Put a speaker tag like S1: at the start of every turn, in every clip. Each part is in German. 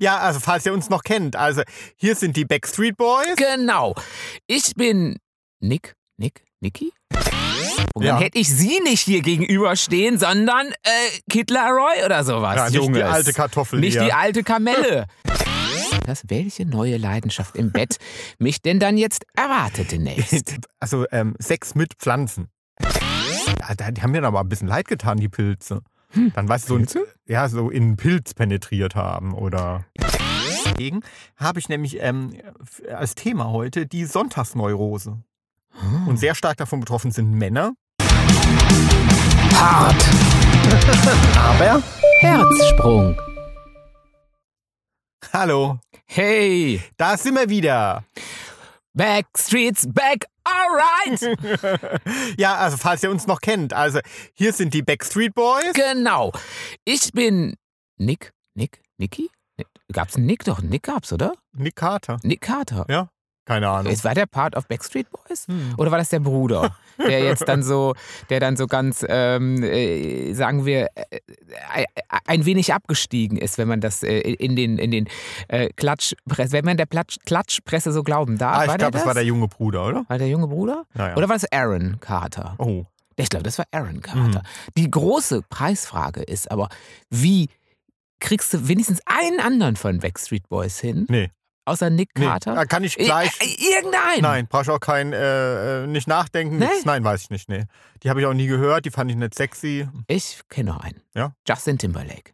S1: Ja, also falls ihr uns noch kennt. Also hier sind die Backstreet Boys.
S2: Genau. Ich bin Nick, Nick, Nicky? Und dann
S1: Ja.
S2: hätte ich sie nicht hier gegenüberstehen, sondern äh, Kid Laroi oder sowas.
S1: Ja, nicht die
S2: Junges.
S1: alte Kartoffel
S2: Nicht
S1: hier.
S2: die alte Kamelle. Das, welche neue Leidenschaft im Bett mich denn dann jetzt erwartet demnächst?
S1: Also ähm, Sex mit Pflanzen. Ja, da- die haben mir aber ein bisschen leid getan, die Pilze. Dann weißt du, so, ein- ja, so in einen Pilz penetriert haben oder. Deswegen habe ich nämlich ähm, f- als Thema heute die Sonntagsneurose. Und sehr stark davon betroffen sind Männer.
S2: Hart.
S1: Aber?
S2: Herzsprung.
S1: Hallo,
S2: Hey,
S1: da sind wir wieder.
S2: Backstreet's back, alright.
S1: Ja, also falls ihr uns noch kennt. Also hier sind die Backstreet Boys.
S2: genau. Ich bin Nick, Nick, Nicky? Gab's einen Nick doch? Nick gab's, oder?
S1: Nick Carter.
S2: Nick Carter.
S1: Ja, keine Ahnung.
S2: Es war der Part auf Backstreet Boys?
S1: Hm.
S2: Oder war das der Bruder, der jetzt dann so, der dann so ganz, ähm, äh, sagen wir, äh, äh, ein wenig abgestiegen ist, wenn man das äh, in den, in den äh, Klatschpresse, wenn man der Platsch, Klatschpresse so glauben darf.
S1: Ah, ich
S2: war der
S1: glaube, es
S2: das?
S1: war der junge Bruder, oder?
S2: War der junge Bruder?
S1: Naja.
S2: Oder war das Aaron Carter?
S1: Oh.
S2: Ich glaube, das war Aaron Carter.
S1: Mhm.
S2: Die große Preisfrage ist aber, wie kriegst du wenigstens einen anderen von Backstreet Boys hin,
S1: Nee.
S2: außer Nick
S1: nee.
S2: Carter? äh,
S1: Da kann ich gleich.
S2: Ir- Irgendein!
S1: Nein, brauche ich auch kein, äh, äh, nicht nachdenken.
S2: Nee?
S1: nichts. Nein, weiß ich nicht, nee. Die habe ich auch nie gehört, die fand ich nicht sexy.
S2: Ich kenne noch einen.
S1: Ja?
S2: Justin Timberlake.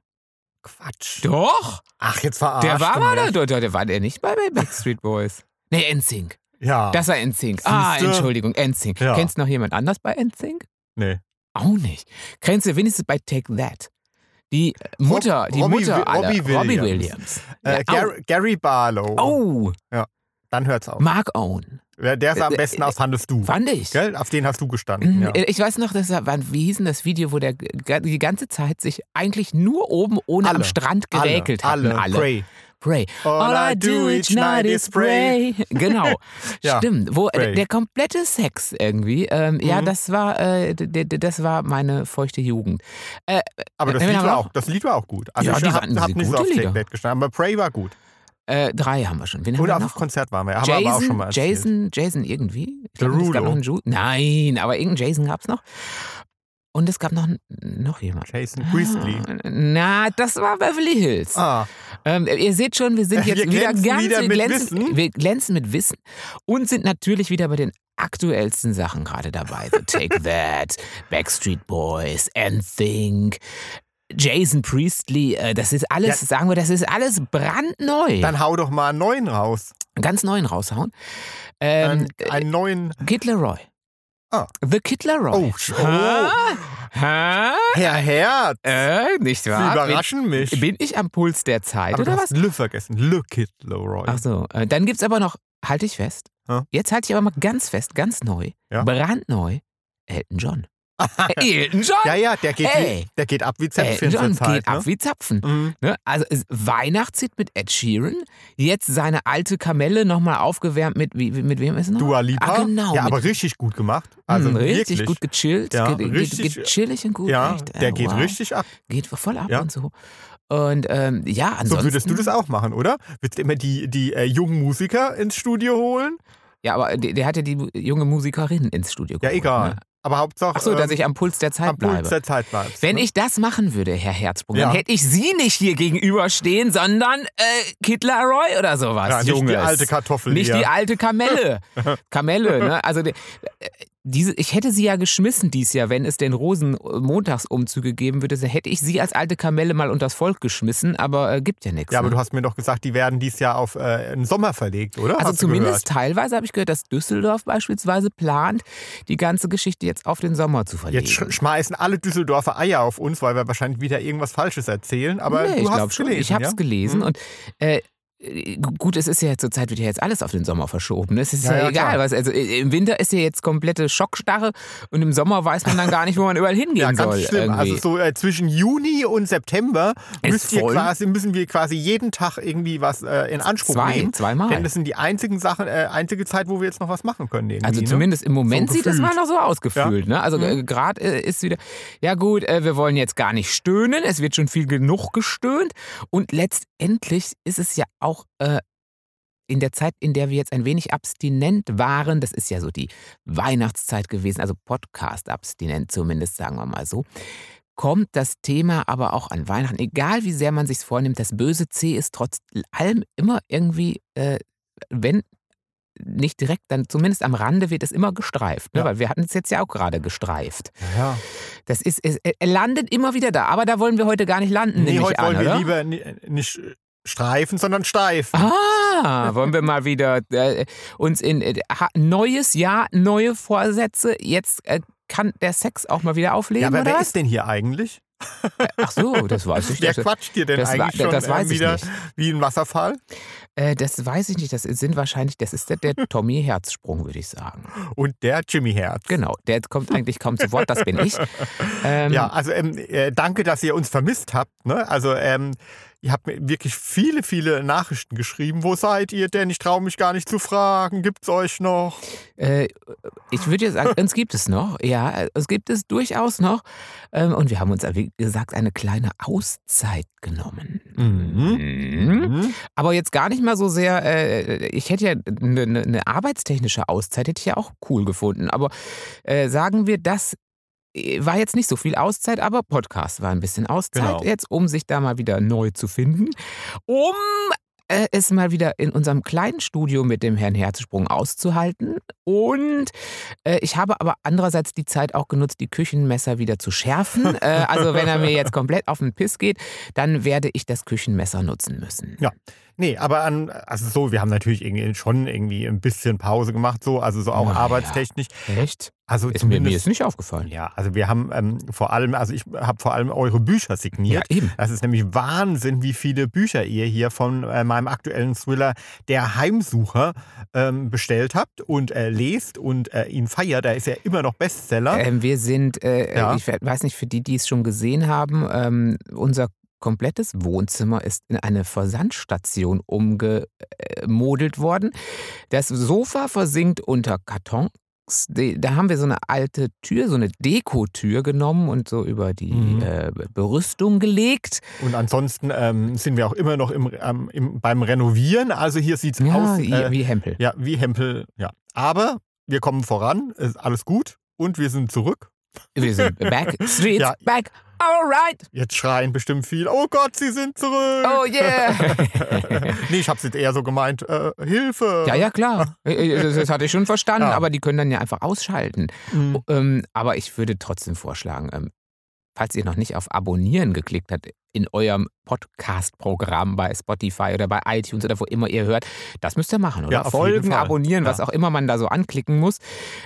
S1: Quatsch.
S2: Doch!
S1: Ach, jetzt verarscht.
S2: Der war
S1: du
S2: mal da.
S1: mich.
S2: Der, der war der nicht bei Backstreet Boys. Nee, NSYNC.
S1: Ja.
S2: Das war NSYNC. Ah,
S1: Siehste?
S2: Entschuldigung, NSYNC.
S1: Ja.
S2: Kennst du noch jemand anders bei NSYNC?
S1: nee.
S2: Auch nicht. Kennst du wenigstens bei Take That? Die äh, Mutter, die
S1: Robbie
S2: Mutter
S1: Wi-
S2: aller.
S1: Robbie
S2: Robbie
S1: Williams.
S2: Williams.
S1: Äh,
S2: Ja, au.
S1: Gar Gary Barlow.
S2: oh,
S1: Dann hört's auf.
S2: Mark Owen.
S1: Wer- Der sah am
S2: Äh,
S1: besten aus, handelst du.
S2: Fand ich.
S1: Gell? Auf den hast du gestanden.
S2: Mhm.
S1: Ja.
S2: Ich weiß noch, das war, wann- wie hieß denn das Video, wo der g- die ganze Zeit sich eigentlich nur oben ohne am
S1: Alle.
S2: Strand geräkelt hat.
S1: alle, alle. Pray.
S2: Pray. All I do each night is pray. Genau.
S1: Ja,
S2: Stimmt. Wo
S1: pray.
S2: Der, der komplette Sex irgendwie. Ähm, Ja,
S1: Mhm.
S2: das war, äh, d- d- d- das war meine feuchte Jugend. Äh,
S1: Aber das
S2: Wen
S1: Lied,
S2: haben wir
S1: war
S2: noch?
S1: auch, das Lied war auch gut. Also
S2: Ja,
S1: ich
S2: die
S1: hab,
S2: waren-
S1: hab
S2: die
S1: nicht so
S2: gute
S1: auf Take
S2: Lieder.
S1: That gestanden, aber Pray war gut.
S2: äh, drei haben wir schon. Wen haben
S1: Oder
S2: wir
S1: auf
S2: noch?
S1: dem Konzert waren wir. Haben wir aber auch schon
S2: Jason,
S1: mal erzählt.
S2: Jason, Jason irgendwie. Ich glaub, es
S1: Derulo.
S2: gab noch einen Ju Nein, aber irgendeinen Jason gab es noch. Und es gab noch, noch jemand.
S1: Jason Priestley.
S2: Na, das war Beverly Hills.
S1: Ah, Äh,
S2: Ähm, ihr seht schon, wir sind
S1: Wir
S2: jetzt wieder
S1: glänzen
S2: ganz,
S1: wieder
S2: wir,
S1: mit
S2: glänzen,
S1: Wissen.
S2: wir glänzen mit Wissen und sind natürlich wieder bei den aktuellsten Sachen gerade dabei. The Take That, Backstreet Boys, Think, Jason Priestley, äh, das ist alles, sagen wir, das ist alles brandneu.
S1: dann hau doch mal einen neuen raus.
S2: ganz neuen raushauen. Ähm,
S1: einen, einen neuen.
S2: Kid Leroy.
S1: Ah.
S2: The Kid Leroy.
S1: Oh, sch-
S2: Ha? Ha?
S1: Herr Herz,
S2: Äh, nicht
S1: Sie
S2: wahr?
S1: überraschen mich.
S2: bin, bin ich am Puls der Zeit,
S1: aber
S2: oder
S1: du
S2: was?
S1: hast Lü vergessen. Look it, Leroy.
S2: Ach so, äh, dann gibt es aber noch, halte ich fest,
S1: Ja.
S2: jetzt halte ich aber mal ganz fest, ganz neu,
S1: Ja.
S2: brandneu, Elton John. Elton John!
S1: ja, ja, der geht,
S2: Ey.
S1: wie, der geht ab wie Zäpfchen
S2: Elton
S1: zur
S2: John
S1: Zeit.
S2: geht ab
S1: ne?
S2: wie Zapfen.
S1: Mhm.
S2: Ne? Also es- Weihnachtshit mit Ed Sheeran, jetzt seine alte Kamelle nochmal aufgewärmt mit, wie, wie- mit wem ist er noch?
S1: Dua Lipa.
S2: Ah, genau,
S1: Ja,
S2: mit-
S1: aber richtig gut gemacht. Also
S2: Hm, richtig
S1: wirklich.
S2: gut gechillt,
S1: Ja,
S2: geht,
S1: richtig-
S2: geht, geht chillig und gut.
S1: Ja,
S2: echt. Äh,
S1: der geht
S2: wow.
S1: richtig ab.
S2: Geht voll ab
S1: Ja.
S2: und so. Und ähm, ja, ansonsten.
S1: So würdest du das auch machen, oder? Würdest du immer die, die äh, jungen Musiker ins Studio holen?
S2: Ja, aber der, der hat ja die junge Musikerin ins Studio
S1: Ja,
S2: geholt,
S1: egal.
S2: Ne?
S1: Aber Hauptsache.
S2: Ach so, dass
S1: ähm,
S2: ich am Puls der Zeit
S1: am
S2: bleibe.
S1: Puls der Zeit bleibst.
S2: Wenn
S1: ne?
S2: ich das machen würde, Herr Herzbruch,
S1: Ja.
S2: dann hätte ich Sie nicht hier gegenüberstehen, sondern äh, Kid Laroi oder sowas.
S1: ja, nicht die
S2: Junges.
S1: alte Kartoffel
S2: Nicht
S1: hier.
S2: die alte Kamelle. Kamelle, ne? Also die- äh, diese, ich hätte sie ja geschmissen dies Jahr, wenn es den Rosenmontagsumzüge geben würde, dann hätte ich sie als alte Kamelle mal unters Volk geschmissen, aber äh, gibt ja nichts.
S1: ja, aber
S2: ne?
S1: du hast mir doch gesagt, die werden dieses Jahr auf äh, den Sommer verlegt, oder?
S2: also
S1: Hast du
S2: zumindest
S1: gehört?
S2: teilweise habe ich gehört, dass Düsseldorf beispielsweise plant, die ganze Geschichte jetzt auf den Sommer zu verlegen.
S1: Jetzt sch schmeißen alle Düsseldorfer Eier auf uns, weil wir wahrscheinlich wieder irgendwas Falsches erzählen. Aber
S2: Nee,
S1: du
S2: ich
S1: hast
S2: glaub
S1: es
S2: schon.
S1: gelesen. Mhm.
S2: Ich habe es
S1: ja?
S2: gelesen und äh, äh, gut, es ist ja zurzeit wird ja jetzt alles auf den Sommer verschoben. ne? Es ist
S1: Ja,
S2: ja,
S1: ja,
S2: egal,
S1: klar.
S2: was. Also äh, im Winter ist ja jetzt komplette Schockstarre und im Sommer weiß man dann gar nicht, wo man überall hingehen
S1: Ja, ganz
S2: soll.
S1: schlimm.
S2: irgendwie.
S1: Also so äh, zwischen Juni und September
S2: Ist
S1: müsst ihr
S2: voll.
S1: quasi, müssen wir quasi jeden Tag irgendwie was äh, in Anspruch
S2: Zwei,
S1: nehmen.
S2: zweimal.
S1: Denn das sind die einzigen Sachen, äh, einzige Zeit, wo wir jetzt noch was machen können. Irgendwie,
S2: Also
S1: ne?
S2: zumindest im Moment
S1: So
S2: sieht es mal
S1: gefühlt.
S2: noch so ausgefüllt. Ne? Also gerade äh, ist wieder, ja gut, äh, wir wollen jetzt gar nicht stöhnen, es wird schon viel genug gestöhnt. Und letztendlich ist es ja auch äh, in der Zeit, in der wir jetzt ein wenig abstinent waren, das ist ja so die Weihnachtszeit gewesen, also Podcast-abstinent zumindest, sagen wir mal so, kommt das Thema aber auch an Weihnachten, egal wie sehr man sich vornimmt, das böse C ist trotz allem immer irgendwie, äh, wenn nicht direkt, dann zumindest am Rande wird es immer gestreift, ne?
S1: Ja.
S2: weil wir hatten es jetzt ja auch gerade gestreift.
S1: Ja.
S2: Das ist, es er landet immer wieder da, aber da wollen wir heute gar nicht landen,
S1: Nee,
S2: nehme
S1: heute
S2: ich an,
S1: wollen wir
S2: oder?
S1: lieber ni- nicht äh, streifen, sondern steif.
S2: Ah, wollen wir mal wieder äh, uns in äh, ha- neues Jahr, neue Vorsätze. Jetzt äh, kann der Sex auch mal wieder aufleben,
S1: ja, aber
S2: oder?
S1: wer
S2: was?
S1: ist denn hier eigentlich?
S2: Ach so, das weiß ich
S1: Wer
S2: nicht.
S1: quatscht dir denn
S2: das war-
S1: eigentlich schon
S2: das weiß
S1: äh,
S2: ich
S1: wieder
S2: nicht.
S1: wie ein Wasserfall?
S2: Äh, das weiß ich nicht. Das sind wahrscheinlich, das ist der, der Tommy Herzsprung, würde ich sagen.
S1: Und der Jimmy Herz.
S2: Genau, der kommt eigentlich kaum zu Wort. Das bin ich. Ähm,
S1: Ja, also ähm, äh, danke, dass ihr uns vermisst habt. Ne? Also ähm, ihr habt mir wirklich viele, viele Nachrichten geschrieben. Wo seid ihr denn? Ich traue mich gar nicht zu fragen. Gibt's euch noch?
S2: Äh, ich würde jetzt sagen, uns gibt es noch. Ja, äh, uns gibt es durchaus noch. Ähm, und wir haben uns, wie gesagt, eine kleine Auszeit genommen. Mhm.
S1: Mhm.
S2: Aber jetzt gar nicht mal so sehr, äh, ich hätte ja eine ne, ne arbeitstechnische Auszeit, hätte ich ja auch cool gefunden. Aber äh, sagen wir, das äh, war jetzt nicht so viel Auszeit, aber Podcast war ein bisschen Auszeit
S1: Genau.
S2: jetzt, um sich da mal wieder neu zu finden. Um äh, es mal wieder in unserem kleinen Studio mit dem Herrn Herzsprung auszuhalten. Und äh, ich habe aber andererseits die Zeit auch genutzt, die Küchenmesser wieder zu schärfen. äh, also wenn er mir jetzt komplett auf den Piss geht, dann werde ich das Küchenmesser nutzen müssen.
S1: Nee, aber an, also so, wir haben natürlich irgendwie schon irgendwie ein bisschen Pause gemacht, so, also so auch
S2: Naja.
S1: arbeitstechnisch.
S2: Echt?
S1: Also
S2: Ist mir,
S1: zumindest.
S2: mir ist nicht aufgefallen.
S1: ja, also wir haben ähm, vor allem, also ich habe vor allem eure Bücher signiert.
S2: eben.
S1: Das ist nämlich Wahnsinn, wie viele Bücher ihr hier von äh, meinem aktuellen Thriller Der Heimsucher ähm, bestellt habt und äh, lest und äh, ihn feiert. Er ist ja immer noch Bestseller.
S2: Ähm, wir sind, äh,
S1: Ja.
S2: ich we- weiß nicht, für die, die es schon gesehen haben, ähm, unser komplettes Wohnzimmer ist in eine Versandstation umgemodelt worden. Das Sofa versinkt unter Kartons. Die- Da haben wir so eine alte Tür, so eine Dekotür genommen und so über die
S1: Mhm.
S2: äh, Berüstung gelegt.
S1: Und ansonsten ähm, sind wir auch immer noch im, ähm, im, beim Renovieren. Also hier sieht es
S2: Ja,
S1: aus
S2: wie,
S1: äh,
S2: wie Hempel.
S1: ja, wie Hempel. Ja. Aber wir kommen voran, ist alles gut und wir sind zurück.
S2: Wir sind back, streets,
S1: Ja.
S2: back, alright,
S1: Jetzt schreien bestimmt viel. Oh Gott, sie sind zurück.
S2: oh yeah.
S1: nee, ich habe es jetzt eher so gemeint. Äh, Hilfe.
S2: Ja, ja, klar. Äh, äh, Das, das hatte ich schon verstanden,
S1: Ja.
S2: aber die können dann ja einfach ausschalten.
S1: Mhm.
S2: Ähm, aber ich würde trotzdem vorschlagen, ähm, falls ihr noch nicht auf Abonnieren geklickt habt in eurem Podcast-Programm bei Spotify oder bei iTunes oder wo immer ihr hört, das müsst ihr machen, oder?
S1: Ja, auf jeden
S2: Folgen,
S1: Fall.
S2: abonnieren,
S1: Ja.
S2: was auch immer man da so anklicken muss.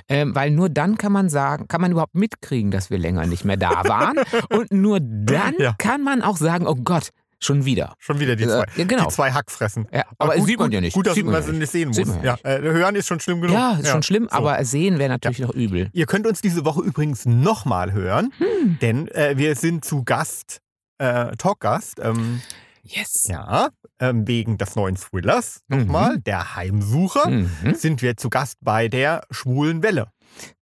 S2: Ähm, weil nur dann kann man sagen, kann man überhaupt mitkriegen, dass wir länger nicht mehr da waren. Und nur dann
S1: Ja.
S2: kann man auch sagen, oh Gott, schon wieder.
S1: Schon wieder die zwei.
S2: Äh, ja, genau.
S1: Die zwei Hackfressen.
S2: Ja, aber
S1: gut,
S2: sieht man
S1: gut,
S2: ja nicht.
S1: Gut, dass
S2: sieht man
S1: man
S2: ja
S1: sie
S2: nicht.
S1: nicht sehen
S2: Sieht
S1: muss.
S2: man
S1: Ja,
S2: ja
S1: äh, hören ist schon schlimm genug.
S2: Ja, ist schon schlimm,
S1: so.
S2: aber sehen wäre natürlich noch übel.
S1: Ihr könnt uns diese Woche übrigens nochmal hören,
S2: Hm.
S1: denn äh, wir sind zu Gast, äh, Talkgast, ähm,
S2: Yes.
S1: ja, ähm, wegen des neuen Thrillers nochmal, der Heimsucher,
S2: Mhm.
S1: sind wir zu Gast bei der Schwulen Welle.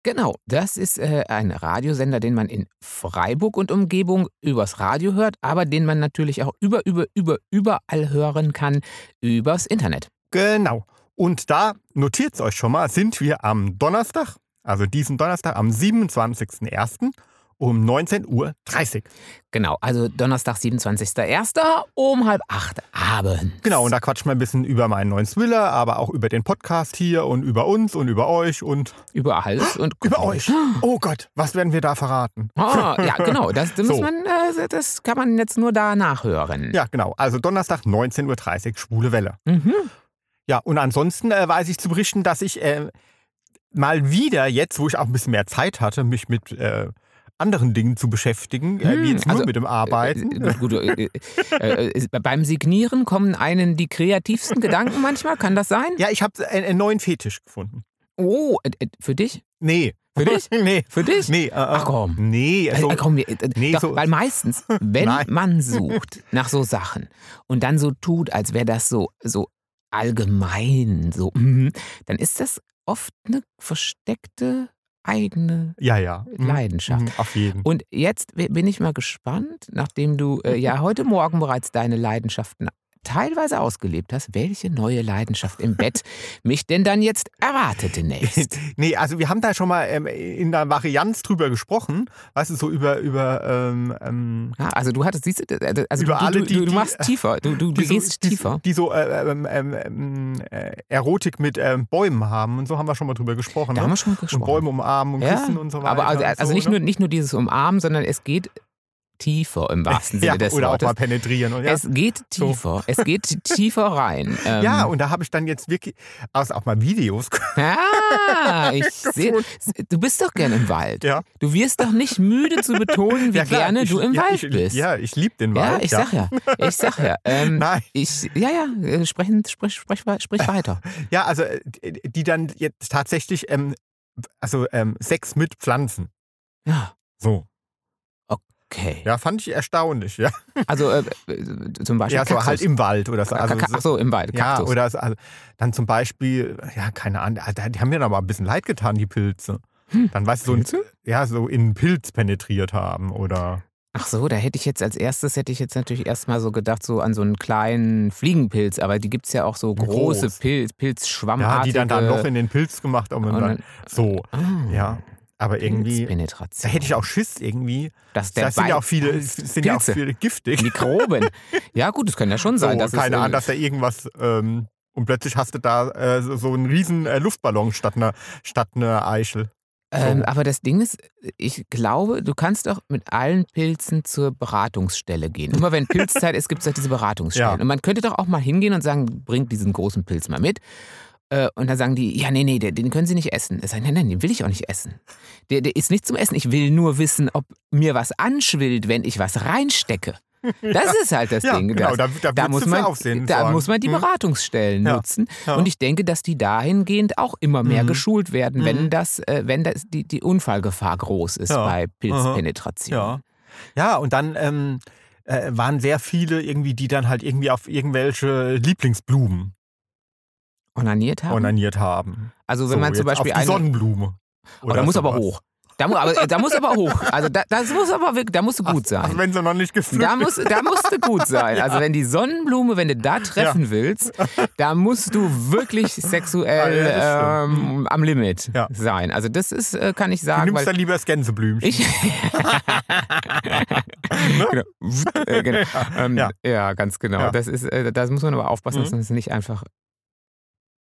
S2: Genau, das ist äh, ein Radiosender, den man in Freiburg und Umgebung übers Radio hört, aber den man natürlich auch über, über, über, überall hören kann, übers Internet.
S1: Genau. Und da, notiert es euch schon mal, sind wir am Donnerstag, also diesen Donnerstag, am 27.01. um 19.30 Uhr.
S2: Genau, also Donnerstag, 27.01. um halb acht abends.
S1: Genau, und da quatschen wir ein bisschen über meinen neuen Thriller, aber auch über den Podcast hier und über uns und über euch und
S2: Über alles und
S1: über euch. Oh Gott, was werden wir da verraten?
S2: Ah, ja, genau, das, das,
S1: So.
S2: muss man, äh, das kann man jetzt nur da nachhören.
S1: Ja, genau. Also Donnerstag 19.30 Uhr, schwule Welle.
S2: Mhm.
S1: Ja, und ansonsten äh, weiß ich zu berichten, dass ich äh, mal wieder jetzt, wo ich auch ein bisschen mehr Zeit hatte, mich mit äh, anderen Dingen zu beschäftigen, äh, wie
S2: Hm,
S1: jetzt nur
S2: also,
S1: mit dem Arbeiten.
S2: Äh, gut, gut, äh, äh, äh, beim Signieren kommen einen die kreativsten Gedanken manchmal, kann das sein?
S1: Ja, ich habe einen, einen neuen Fetisch gefunden.
S2: Oh, äh, äh, für dich?
S1: Nee.
S2: Für dich?
S1: nee.
S2: Für dich?
S1: Nee, äh,
S2: Ach komm.
S1: Nee, also,
S2: Äh, äh, komm, wir, äh,
S1: nee,
S2: doch,
S1: so-
S2: weil meistens, wenn
S1: Nein.
S2: man sucht nach so Sachen und dann so tut, als wäre das so, so allgemein, so, mhm, dann ist das oft eine versteckte eigene
S1: ja, ja. Mhm.
S2: Leidenschaft.
S1: Mhm, Auf jeden.
S2: Und jetzt w- bin ich mal gespannt, nachdem du äh, ja heute Morgen bereits deine Leidenschaften teilweise ausgelebt hast, welche neue Leidenschaft im Bett mich denn dann jetzt erwartet demnächst.
S1: Nee, also wir haben da schon mal ähm, in der Varianz drüber gesprochen, weißt du, so über, über, ähm, ähm,
S2: Ja, also du hattest, siehst du, also also du,
S1: Über alle,
S2: du, du,
S1: die-
S2: du
S1: die-
S2: machst tiefer, du, du, du
S1: die
S2: gehst
S1: so,
S2: tiefer.
S1: Die, die so äh, ähm, ähm, ähm, äh, Erotik mit ähm, Bäumen haben und so haben wir schon mal drüber gesprochen.
S2: Da haben
S1: ne?
S2: wir schon mal
S1: Und
S2: gesprochen.
S1: Bäume umarmen und
S2: Ja,
S1: küssen und so weiter.
S2: Aber also,
S1: und
S2: also
S1: so,
S2: nicht,
S1: ne?
S2: nur, nicht nur dieses Umarmen, sondern es geht tiefer im wahrsten Sinne
S1: ja,
S2: des
S1: oder
S2: Wortes.
S1: auch mal penetrieren. Und, ja.
S2: Es geht
S1: So.
S2: tiefer, es geht tiefer rein. Ähm,
S1: ja, und da habe ich dann jetzt wirklich also auch mal Videos.
S2: Ah, ich sehe. Du bist doch gern im Wald.
S1: Ja.
S2: Du wirst doch nicht müde zu betonen, wie
S1: Ja, klar,
S2: gerne
S1: ich,
S2: du im
S1: ja,
S2: Wald
S1: ich,
S2: bist.
S1: Ja, ich liebe den
S2: Ja,
S1: Wald.
S2: ich sag ja. Ich sag ja. Ähm,
S1: Nein.
S2: Ich, ja, ja, äh, sprechen, sprich, sprich, sprich weiter.
S1: Ja, also äh, die dann jetzt tatsächlich, ähm, also ähm, Sex mit Pflanzen.
S2: Ja,
S1: So.
S2: okay.
S1: Ja, fand ich erstaunlich, ja.
S2: Also äh, äh, zum Beispiel
S1: Ja, so
S2: Kaktus.
S1: halt im Wald oder so.
S2: Ka-
S1: Also,
S2: Ka- Ach so, im Wald,
S1: ja,
S2: Kaktus.
S1: oder so, also, dann zum Beispiel, ja, keine Ahnung, ah, da- die haben mir dann aber ein bisschen leid getan, die Pilze.
S2: Hm.
S1: Dann weißt du, so, ein-
S2: Pilze?
S1: ja, so in einen Pilz penetriert haben oder.
S2: Ach so, da hätte ich jetzt als erstes, hätte ich jetzt natürlich erstmal so gedacht, so an so einen kleinen Fliegenpilz, aber die gibt es ja auch so große
S1: Groß.
S2: Pilz, Pilzschwammartige.
S1: Ja, die dann da ein Loch in den Pilz gemacht haben und,
S2: und
S1: dann, so.
S2: Ah,
S1: Ja, aber irgendwie, da
S2: Pilzpenetration.
S1: hätte ich auch Schiss irgendwie.
S2: Dass der
S1: Da sind ja
S2: Ball-
S1: auch viele, sind ja auch
S2: Pilze.
S1: viele giftig.
S2: Mikroben. Ja, gut, das kann ja schon sein.
S1: so,
S2: dass es,
S1: keine
S2: äh,
S1: Ahnung, dass da irgendwas ähm, und plötzlich hast du da äh, so- so einen riesen äh, Luftballon statt einer statt einer Eichel.
S2: ähm, aber das Ding ist, ich glaube, du kannst doch mit allen Pilzen zur Beratungsstelle gehen. Immer wenn Pilzzeit ist, gibt es doch diese Beratungsstellen.
S1: Ja.
S2: Und man könnte doch auch mal hingehen und sagen, bringt diesen großen Pilz mal mit. Äh, Und dann sagen die, ja, nee, nee, den den können sie nicht essen. Ich sage, nein, nein, den will ich auch nicht essen. Der, der ist nicht zum Essen. Ich will nur wissen, ob mir was anschwillt, wenn ich was reinstecke. Das ist halt das
S1: Ja,
S2: Ding.
S1: genau,
S2: das,
S1: da, da,
S2: da
S1: würdest
S2: muss
S1: du für
S2: man,
S1: Aufsehen
S2: da
S1: sorgen.
S2: muss man die
S1: Hm?
S2: Beratungsstellen
S1: Ja,
S2: nutzen.
S1: ja.
S2: Und ich denke, dass die dahingehend auch immer mehr
S1: Mhm.
S2: geschult werden, wenn
S1: Mhm.
S2: das, äh, wenn das die, die Unfallgefahr groß ist
S1: Ja.
S2: bei Pilzpenetration.
S1: Ja. ja, und dann ähm, äh, waren sehr viele irgendwie, die dann halt irgendwie auf irgendwelche Lieblingsblumen
S2: Onaniert haben.
S1: onaniert haben.
S2: also wenn
S1: So,
S2: man
S1: jetzt
S2: zum Beispiel
S1: auf die
S2: eine.
S1: Sonnenblume.
S2: oh, da muss aber
S1: sowas.
S2: hoch. Da, mu- aber, äh, da muss aber hoch. Also da, das muss aber wirklich, da musst du gut sein.
S1: Ach, wenn sie noch nicht gepflückt
S2: Da, muss, da musst du gut sein. Also wenn die Sonnenblume, wenn du da treffen willst, da musst du wirklich sexuell
S1: Ah, Ja, das stimmt.
S2: ähm, am Limit
S1: Ja.
S2: sein. Also das ist, äh, kann ich
S1: Du
S2: sagen,
S1: nimmst
S2: weil
S1: dann lieber das Gänseblümchen.
S2: ich. genau. Äh, genau. Ähm, ja.
S1: Ne? ja.
S2: ganz genau.
S1: Ja.
S2: Das ist, äh, das muss man aber aufpassen, dass
S1: Mhm.
S2: man es nicht einfach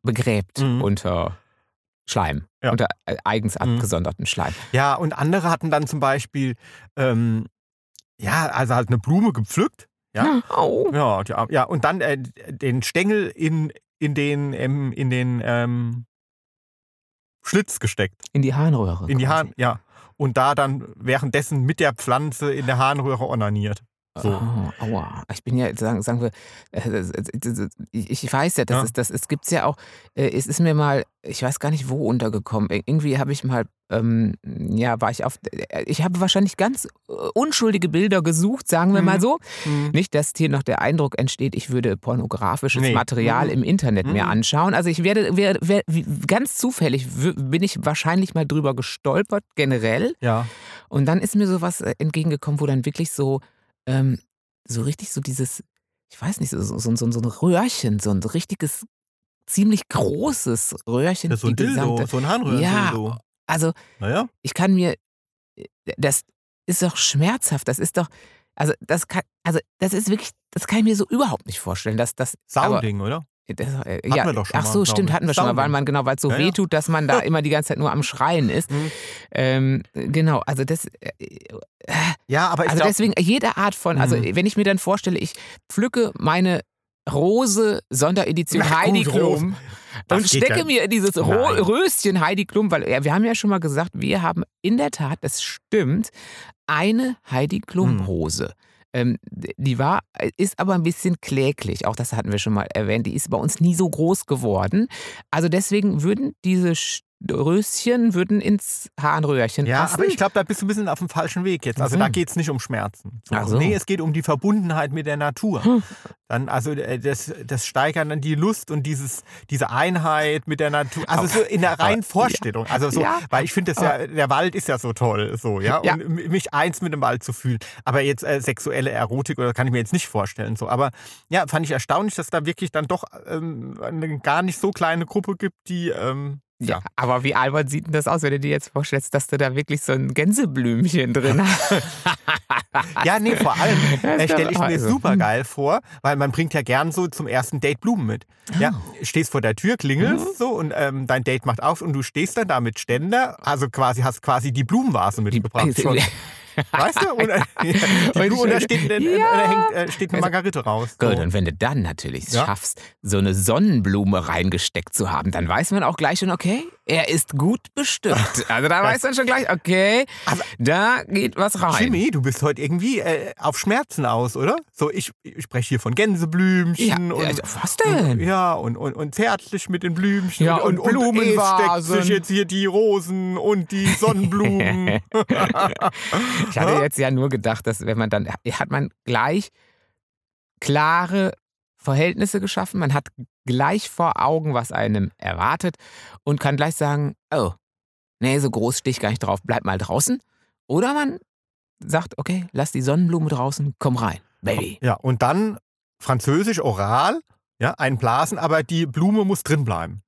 S2: begräbt
S1: Mhm.
S2: unter Schleim,
S1: Ja.
S2: unter äh, eigens
S1: Mhm.
S2: abgesonderten Schleim.
S1: Ja, und andere hatten dann zum Beispiel, ähm, ja, also halt eine Blume gepflückt. Ja.
S2: Au.
S1: Ja, die, Arm- ja und dann äh, den Stängel in, in den, ähm, in den ähm, Schlitz gesteckt,
S2: In die Harnröhre.
S1: in die
S2: quasi.
S1: Hahn, ja. Und da dann währenddessen mit der Pflanze in der Harnröhre onaniert. So.
S2: Ah, aua. Ich bin ja, sagen, sagen wir, äh, ich ich weiß ja, dass
S1: Ja.
S2: es das, es gibt ja auch, äh, es ist mir mal, ich weiß gar nicht wo untergekommen. Ir- Irgendwie habe ich mal, ähm, ja, war ich auf, äh, ich habe wahrscheinlich ganz äh, unschuldige Bilder gesucht, sagen wir
S1: Mhm.
S2: mal so.
S1: Hm.
S2: Nicht, dass hier noch der Eindruck entsteht, ich würde pornografisches
S1: Nee.
S2: Material
S1: Mhm.
S2: im Internet mir
S1: Mhm.
S2: anschauen. Also ich werde, wer- wer- wie- ganz zufällig w- bin ich wahrscheinlich mal drüber gestolpert, generell.
S1: Ja.
S2: Und dann ist mir sowas äh, entgegengekommen, wo dann wirklich so, ähm, so richtig so dieses, ich weiß nicht, so, so, so, so so ein Röhrchen, so ein richtiges, ziemlich großes Röhrchen.
S1: Das ist so ein
S2: die
S1: Dildo,
S2: gesamte-
S1: so ein Harnröhren-Dildo. Ja.
S2: Also
S1: Naja.
S2: ich kann mir, äh, das ist doch schmerzhaft, das ist doch, also das kann, also das ist wirklich, das kann ich mir so überhaupt nicht vorstellen, dass das, aber-
S1: Sounding, oder?
S2: das äh,
S1: Hatten
S2: ja,
S1: wir doch schon
S2: ach
S1: mal,
S2: so,
S1: glaub
S2: stimmt,
S1: ich.
S2: hatten wir schon mal, weil
S1: Sounding.
S2: man genau, weil es so
S1: Ja, ja.
S2: weh tut, dass man da immer die ganze Zeit nur am Schreien ist.
S1: Mhm.
S2: Ähm, genau, also das, äh,
S1: Ja, aber ich
S2: also
S1: glaub-
S2: deswegen jede Art von, also
S1: Mhm.
S2: wenn ich mir dann vorstelle, ich pflücke meine Rose Sonderedition
S1: Na gut,
S2: Heidi
S1: Rose.
S2: Klum
S1: Das
S2: und
S1: geht
S2: stecke
S1: ja-
S2: mir in dieses Ro
S1: Nein.
S2: Röschen Heidi Klum, weil ja, wir haben ja schon mal gesagt, wir haben in der Tat, das stimmt, eine Heidi Klum
S1: Hm.
S2: Hose. Ähm, die war, äh, ist aber ein bisschen kläglich. Auch das hatten wir schon mal erwähnt. Die ist bei uns nie so groß geworden. Also deswegen würden diese Sch- Röschen würden ins Hahnröhrchen
S1: Ja,
S2: passen.
S1: aber ich glaube, da bist du ein bisschen auf dem falschen Weg jetzt. Also
S2: Mhm.
S1: da geht es nicht um Schmerzen. So.
S2: Ach so.
S1: Nee, es geht um die Verbundenheit mit der Natur.
S2: Hm.
S1: Dann, also äh, das, das steigert dann die Lust und dieses, diese Einheit mit der Natur. Also
S2: Aber-
S1: so in der reinen Vorstellung. Also so,
S2: Ja. Ah.
S1: weil ich finde das ja, der Wald ist ja so toll, so, ja. Und
S2: Ja.
S1: m- mich eins mit dem Wald zu fühlen. Aber jetzt äh, sexuelle Erotik oder kann ich mir jetzt nicht vorstellen. So. Aber ja, fand ich erstaunlich, dass da wirklich dann doch ähm, eine gar nicht so kleine Gruppe gibt, die ähm,
S2: Ja, aber wie albern sieht denn das aus, wenn du dir jetzt vorstellst, dass du da wirklich so ein Gänseblümchen drin hast?
S1: Ja, nee, vor allem
S2: Das
S1: äh,
S2: ist
S1: stelle ich mir
S2: also,
S1: super geil vor, weil man bringt ja gern so zum ersten Date Blumen mit. Ja, stehst vor der Tür, klingelst so und ähm, dein Date macht auf und du stehst dann da mit Ständer, also quasi hast quasi die Blumenvase mitgebracht schon. Weißt du? Und, äh, die Blumen, und da steht, äh, äh,
S2: Ja.
S1: da hängt, äh, steht eine Margarite raus. So.
S2: Gut, und wenn du dann natürlich
S1: Ja.
S2: schaffst, so eine Sonnenblume reingesteckt zu haben, dann weiß man auch gleich schon, okay, er ist gut bestückt. Also da weiß man schon gleich, okay, da geht was rein.
S1: Jimmy, du bist heute irgendwie äh, auf Schmerzen aus, oder? So, ich, ich spreche hier von
S2: ja,
S1: Gänseblümchen und
S2: also, was denn?
S1: Ja, und, und, und zärtlich mit den Blümchen.
S2: Ja, und
S1: Blumenvasen.
S2: Blumenvasen.
S1: steckt sich jetzt hier die Rosen und die Sonnenblumen.
S2: Ich hatte jetzt ja nur gedacht, dass wenn man dann, hat man gleich klare Verhältnisse geschaffen, man hat gleich vor Augen, was einem erwartet und kann gleich sagen, oh, nee, so groß stehe ich gar nicht drauf, bleib mal draußen. Oder man sagt, okay, lass die Sonnenblume draußen, komm rein, Baby.
S1: ja, und dann französisch oral, ja, einblasen, aber die Blume muss drin bleiben.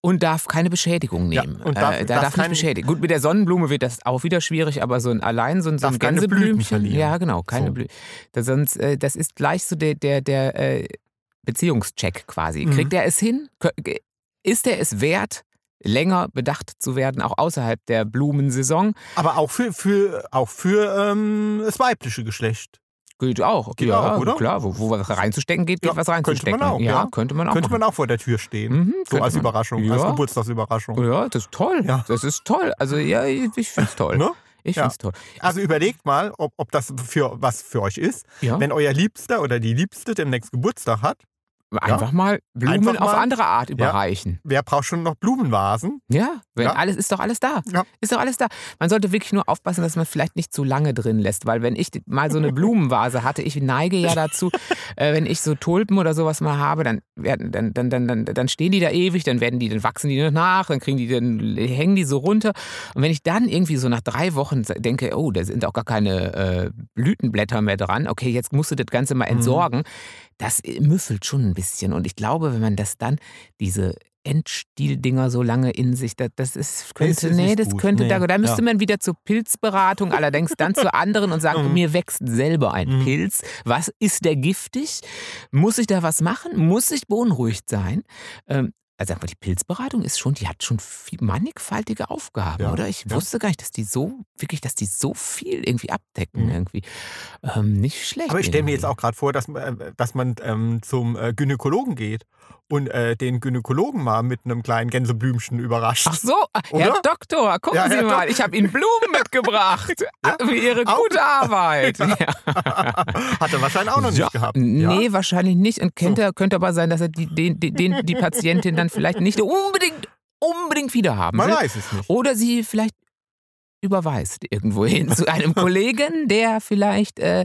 S2: Und darf keine Beschädigung
S1: Ja,
S2: nehmen.
S1: und darf-
S2: äh, da
S1: darf
S2: darf, nicht
S1: keine-
S2: beschädigen. Gut, mit der Sonnenblume wird das auch wieder schwierig, aber so ein allein so ein, so
S1: Darf
S2: ein
S1: keine Blüten
S2: Gänseblümchen.
S1: verlieren.
S2: Ja, genau, keine
S1: So.
S2: Blüten. Da sonst, äh, das ist gleich so der, der, der äh, Beziehungscheck quasi.
S1: Mhm.
S2: Kriegt er es hin? Kö- ge- Ist er es wert, länger bedacht zu werden, auch außerhalb der Blumensaison?
S1: Aber auch für, für, auch für ähm, das weibliche Geschlecht.
S2: Geht auch.
S1: Geht
S2: ja,
S1: auch, oder?
S2: Klar, wo, wo was reinzustecken geht, geht
S1: Ja,
S2: was
S1: könnte man
S2: reinzustecken.
S1: auch, ja.
S2: könnte man auch.
S1: Könnte
S2: machen.
S1: man auch vor der Tür stehen.
S2: Mhm,
S1: so
S2: könnte
S1: als
S2: man.
S1: Überraschung, als
S2: Ja.
S1: Geburtstagsüberraschung.
S2: Ja, das ist toll.
S1: Ja.
S2: Das ist toll. Also ja, ich ich find's toll.
S1: Ne?
S2: Ich
S1: Ja.
S2: find's toll.
S1: Also überlegt mal, ob, ob das für was für euch ist.
S2: Ja.
S1: Wenn euer Liebster oder die Liebste demnächst Geburtstag hat,
S2: Einfach mal Blumen
S1: Einfach
S2: auf
S1: mal-
S2: andere Art überreichen.
S1: wer braucht schon noch Blumenvasen?
S2: Ja, wenn
S1: Ja.
S2: alles ist doch alles da.
S1: Ja.
S2: Ist doch alles da. Man sollte wirklich nur aufpassen, dass man vielleicht nicht zu lange drin lässt, weil wenn ich mal so eine Blumenvase hatte, ich neige ja dazu, äh, wenn ich so Tulpen oder sowas mal habe, dann werden dann dann dann dann, dann stehen die da ewig, dann werden die dann wachsen die nach, dann kriegen die dann hängen die so runter und wenn ich dann irgendwie so nach drei Wochen denke, oh, da sind auch gar keine äh, Blütenblätter mehr dran. Okay, jetzt musst du das Ganze
S1: Mhm.
S2: mal entsorgen. Das äh, müffelt schon ein bisschen. Und ich glaube, wenn man das dann, diese Endstieldinger so lange in sich, das, das ist,
S1: ist
S2: könnte,
S1: nicht
S2: nee, das
S1: gut.
S2: könnte,
S1: Nee,
S2: da, da müsste
S1: ja.
S2: man wieder zur Pilzberatung, allerdings dann zu anderen und sagen,
S1: Mhm.
S2: mir wächst selber ein
S1: Mhm.
S2: Pilz. Was ist der giftig? Muss ich da was machen? Muss ich beunruhigt sein? Ähm, also sag mal, die Pilzberatung ist schon, die hat schon viel, mannigfaltige Aufgaben,
S1: Ja,
S2: oder? Ich
S1: ja.
S2: wusste gar nicht, dass die so, wirklich, dass die so viel irgendwie abdecken,
S1: Mhm.
S2: irgendwie. Ähm, nicht schlecht.
S1: Aber ich stelle mir
S2: irgendwie.
S1: jetzt auch gerade vor, dass, man- äh, dass man ähm, zum äh, Gynäkologen geht und äh, den Gynäkologen mal mit einem kleinen Gänseblümchen überrascht.
S2: Ach so, ah, Herr
S1: Oder?
S2: Doktor, gucken
S1: Ja,
S2: Sie
S1: Herr
S2: mal, ich habe Ihnen Blumen mitgebracht für Ihre
S1: Auch-
S2: gute Arbeit. Ja.
S1: Hat er wahrscheinlich auch noch
S2: Ja,
S1: nicht gehabt.
S2: Nee,
S1: ja?
S2: wahrscheinlich nicht. Und könnte, könnte aber sein, dass er die, den, den- den, die Patientin dann vielleicht nicht unbedingt, unbedingt wiederhaben
S1: Man
S2: will.
S1: weiß es nicht.
S2: Oder sie vielleicht überweist irgendwohin zu einem Kollegen, der vielleicht äh,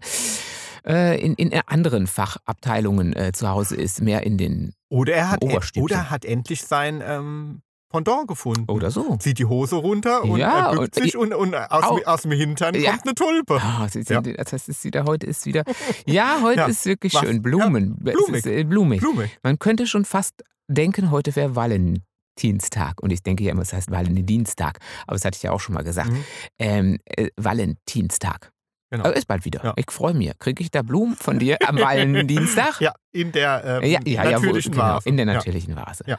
S2: äh, in, in anderen Fachabteilungen äh, zu Hause ist, mehr in den
S1: Oder er hat, e-
S2: Oberstübchen.
S1: oder hat endlich sein ähm, Pendant gefunden.
S2: oder so.
S1: Zieht die Hose runter und
S2: Oh. Ja,
S1: äh,
S2: und-
S1: bückt sich und, und aus,
S2: Au.
S1: aus dem Hintern
S2: Ja.
S1: kommt eine Tulpe.
S2: Ah, sie
S1: Ja.
S2: sind, Das ist wieder, heute ist wieder. Ja, heute
S1: Ja,
S2: ist wirklich
S1: was?
S2: schön. Blumen.
S1: Ja,
S2: Es Ist, äh, blumig.
S1: Blumig.
S2: Man könnte schon fast denken, heute wäre Valentinstag. Und ich denke ja immer, es heißt Valentinstag. Aber das hatte ich ja auch schon mal gesagt.
S1: Mhm.
S2: Ähm, äh, Valentinstag.
S1: Genau.
S2: Aber ist bald wieder.
S1: Ja.
S2: Ich freue mich. Kriege ich da Blumen von dir am Valentinstag?
S1: Ja, in der ähm,
S2: ja, ja, ja, wo-
S1: natürlichen
S2: genau,
S1: Vase.
S2: In der
S1: Ja.
S2: natürlichen Vase.
S1: Ja.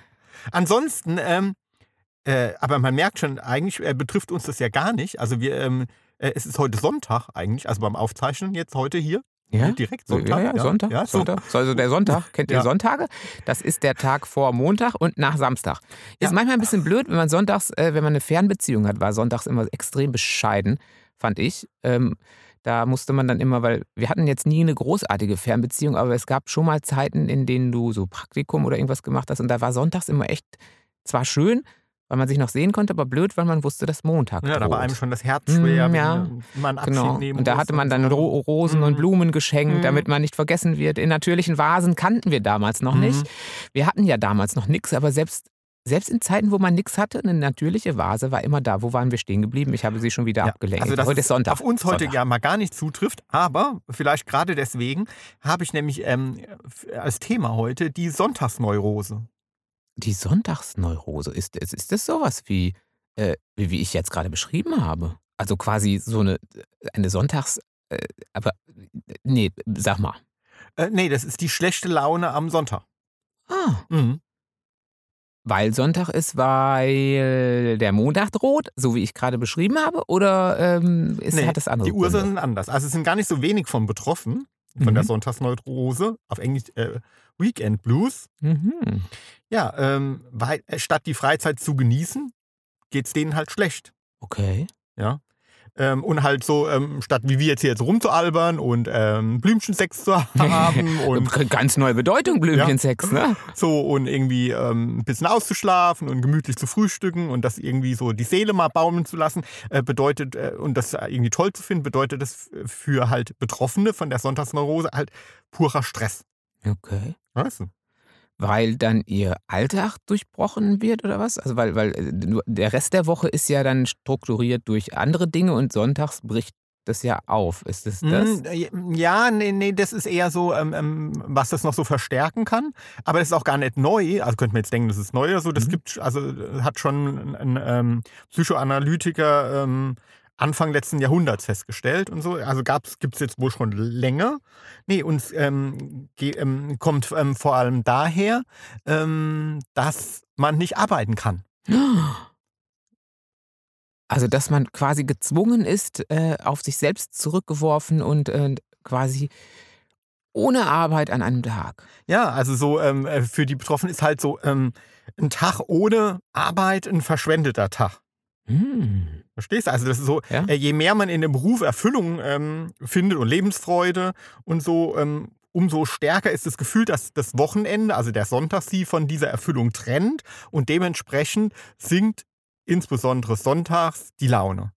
S1: Ansonsten, ähm, äh, aber man merkt schon, eigentlich äh, betrifft uns das ja gar nicht. Also wir, ähm, äh, es ist heute Sonntag eigentlich, also beim Aufzeichnen jetzt heute hier.
S2: Ja?
S1: Direkt
S2: So,
S1: Sonntag.
S2: ja, ja, Sonntag.
S1: Ja, so.
S2: Sonntag. So, Also der Sonntag, kennt ihr
S1: Ja.
S2: Sonntage? Das ist der Tag vor Montag und nach Samstag. Ist
S1: Ja.
S2: manchmal ein bisschen blöd, wenn man sonntags, äh, wenn man eine Fernbeziehung hat, war sonntags immer extrem bescheiden, fand ich. Ähm, da musste man dann immer, weil wir hatten jetzt nie eine großartige Fernbeziehung, aber es gab schon mal Zeiten, in denen du so Praktikum oder irgendwas gemacht hast und da war sonntags immer echt zwar schön, weil man sich noch sehen konnte, aber blöd, weil man wusste, dass Montag
S1: Ja, ne, da war
S2: droht.
S1: einem schon das Herz
S2: Mm,
S1: schwer,
S2: ja.
S1: wenn man Abschied
S2: Genau.
S1: nehmen
S2: Und da
S1: muss
S2: hatte man
S1: und
S2: dann
S1: so.
S2: Ro Rosen und
S1: Mhm.
S2: Blumen geschenkt,
S1: Mhm.
S2: damit man nicht vergessen wird. In natürlichen Vasen kannten wir damals noch
S1: Mhm.
S2: nicht. Wir hatten ja damals noch nichts, aber selbst, selbst in Zeiten, wo man nichts hatte, eine natürliche Vase war immer da. Wo waren wir stehen geblieben? Ich habe sie schon wieder
S1: Ja,
S2: abgelenkt.
S1: Also das
S2: Heute ist Oh, Sonntag.
S1: auf uns heute
S2: Sonntag.
S1: ja mal gar nicht zutrifft, aber vielleicht gerade deswegen habe ich nämlich ähm, f- als Thema heute die Sonntagsneurose.
S2: Die Sonntagsneurose, ist, ist, ist das sowas wie, äh, wie, wie ich jetzt gerade beschrieben habe? Also quasi so eine, eine Sonntags... Äh, aber nee, sag mal.
S1: Äh, nee, das ist die schlechte Laune am Sonntag.
S2: Ah.
S1: Mhm.
S2: Weil Sonntag ist, weil der Montag droht, so wie ich gerade beschrieben habe, oder ähm, ist,
S1: Nee,
S2: hat es andere
S1: Die Ursachen
S2: Gründe?
S1: sind anders. Also es sind gar nicht so wenig von betroffen, von
S2: Mhm.
S1: der Sonntagsneurose, auf Englisch äh, Weekend Blues.
S2: Mhm.
S1: Ja, ähm, weil äh, statt die Freizeit zu genießen, geht es denen halt schlecht.
S2: Okay.
S1: Ja. Ähm, und halt so, ähm, statt wie wir jetzt hier jetzt rumzualbern und ähm, Blümchensex zu haben und
S2: Ganz neue Bedeutung, Blümchensex, ne?
S1: so und irgendwie ähm, ein bisschen auszuschlafen und gemütlich zu frühstücken und das irgendwie so die Seele mal baumeln zu lassen, äh, bedeutet, äh, und das irgendwie toll zu finden, bedeutet das f- für halt Betroffene von der Sonntagsneurose halt purer Stress.
S2: Okay.
S1: Weißt du?
S2: Weil dann ihr Alltag durchbrochen wird oder was? Also weil, weil äh, nur- der Rest der Woche ist ja dann strukturiert durch andere Dinge und sonntags bricht das ja auf. Ist es das?
S1: Mm, äh, Ja, nee, nee, das ist eher so, ähm, ähm, was das noch so verstärken kann. Aber das ist auch gar nicht neu. Also könnte man jetzt denken, das ist neu oder so. Das
S2: Mhm.
S1: gibt, also äh, hat schon ein, ein ähm, Psychoanalytiker ähm, Anfang letzten Jahrhunderts festgestellt und so. Also gibt es jetzt wohl schon länger. Nee, uns ähm, ge- ähm, kommt ähm, vor allem daher, ähm, dass man nicht arbeiten kann.
S2: Also, dass man quasi gezwungen ist, äh, auf sich selbst zurückgeworfen und äh, quasi ohne Arbeit an einem Tag.
S1: Ja, also so ähm, äh, für die Betroffenen ist halt so ähm, ein Tag ohne Arbeit ein verschwendeter Tag.
S2: Hm.
S1: Verstehst du? Also das ist so,
S2: Ja.
S1: äh, je mehr man in dem Beruf Erfüllung ähm, findet und Lebensfreude und so, ähm, umso stärker ist das Gefühl, dass das Wochenende, also der Sonntag, sie von dieser Erfüllung trennt und dementsprechend sinkt insbesondere sonntags die Laune.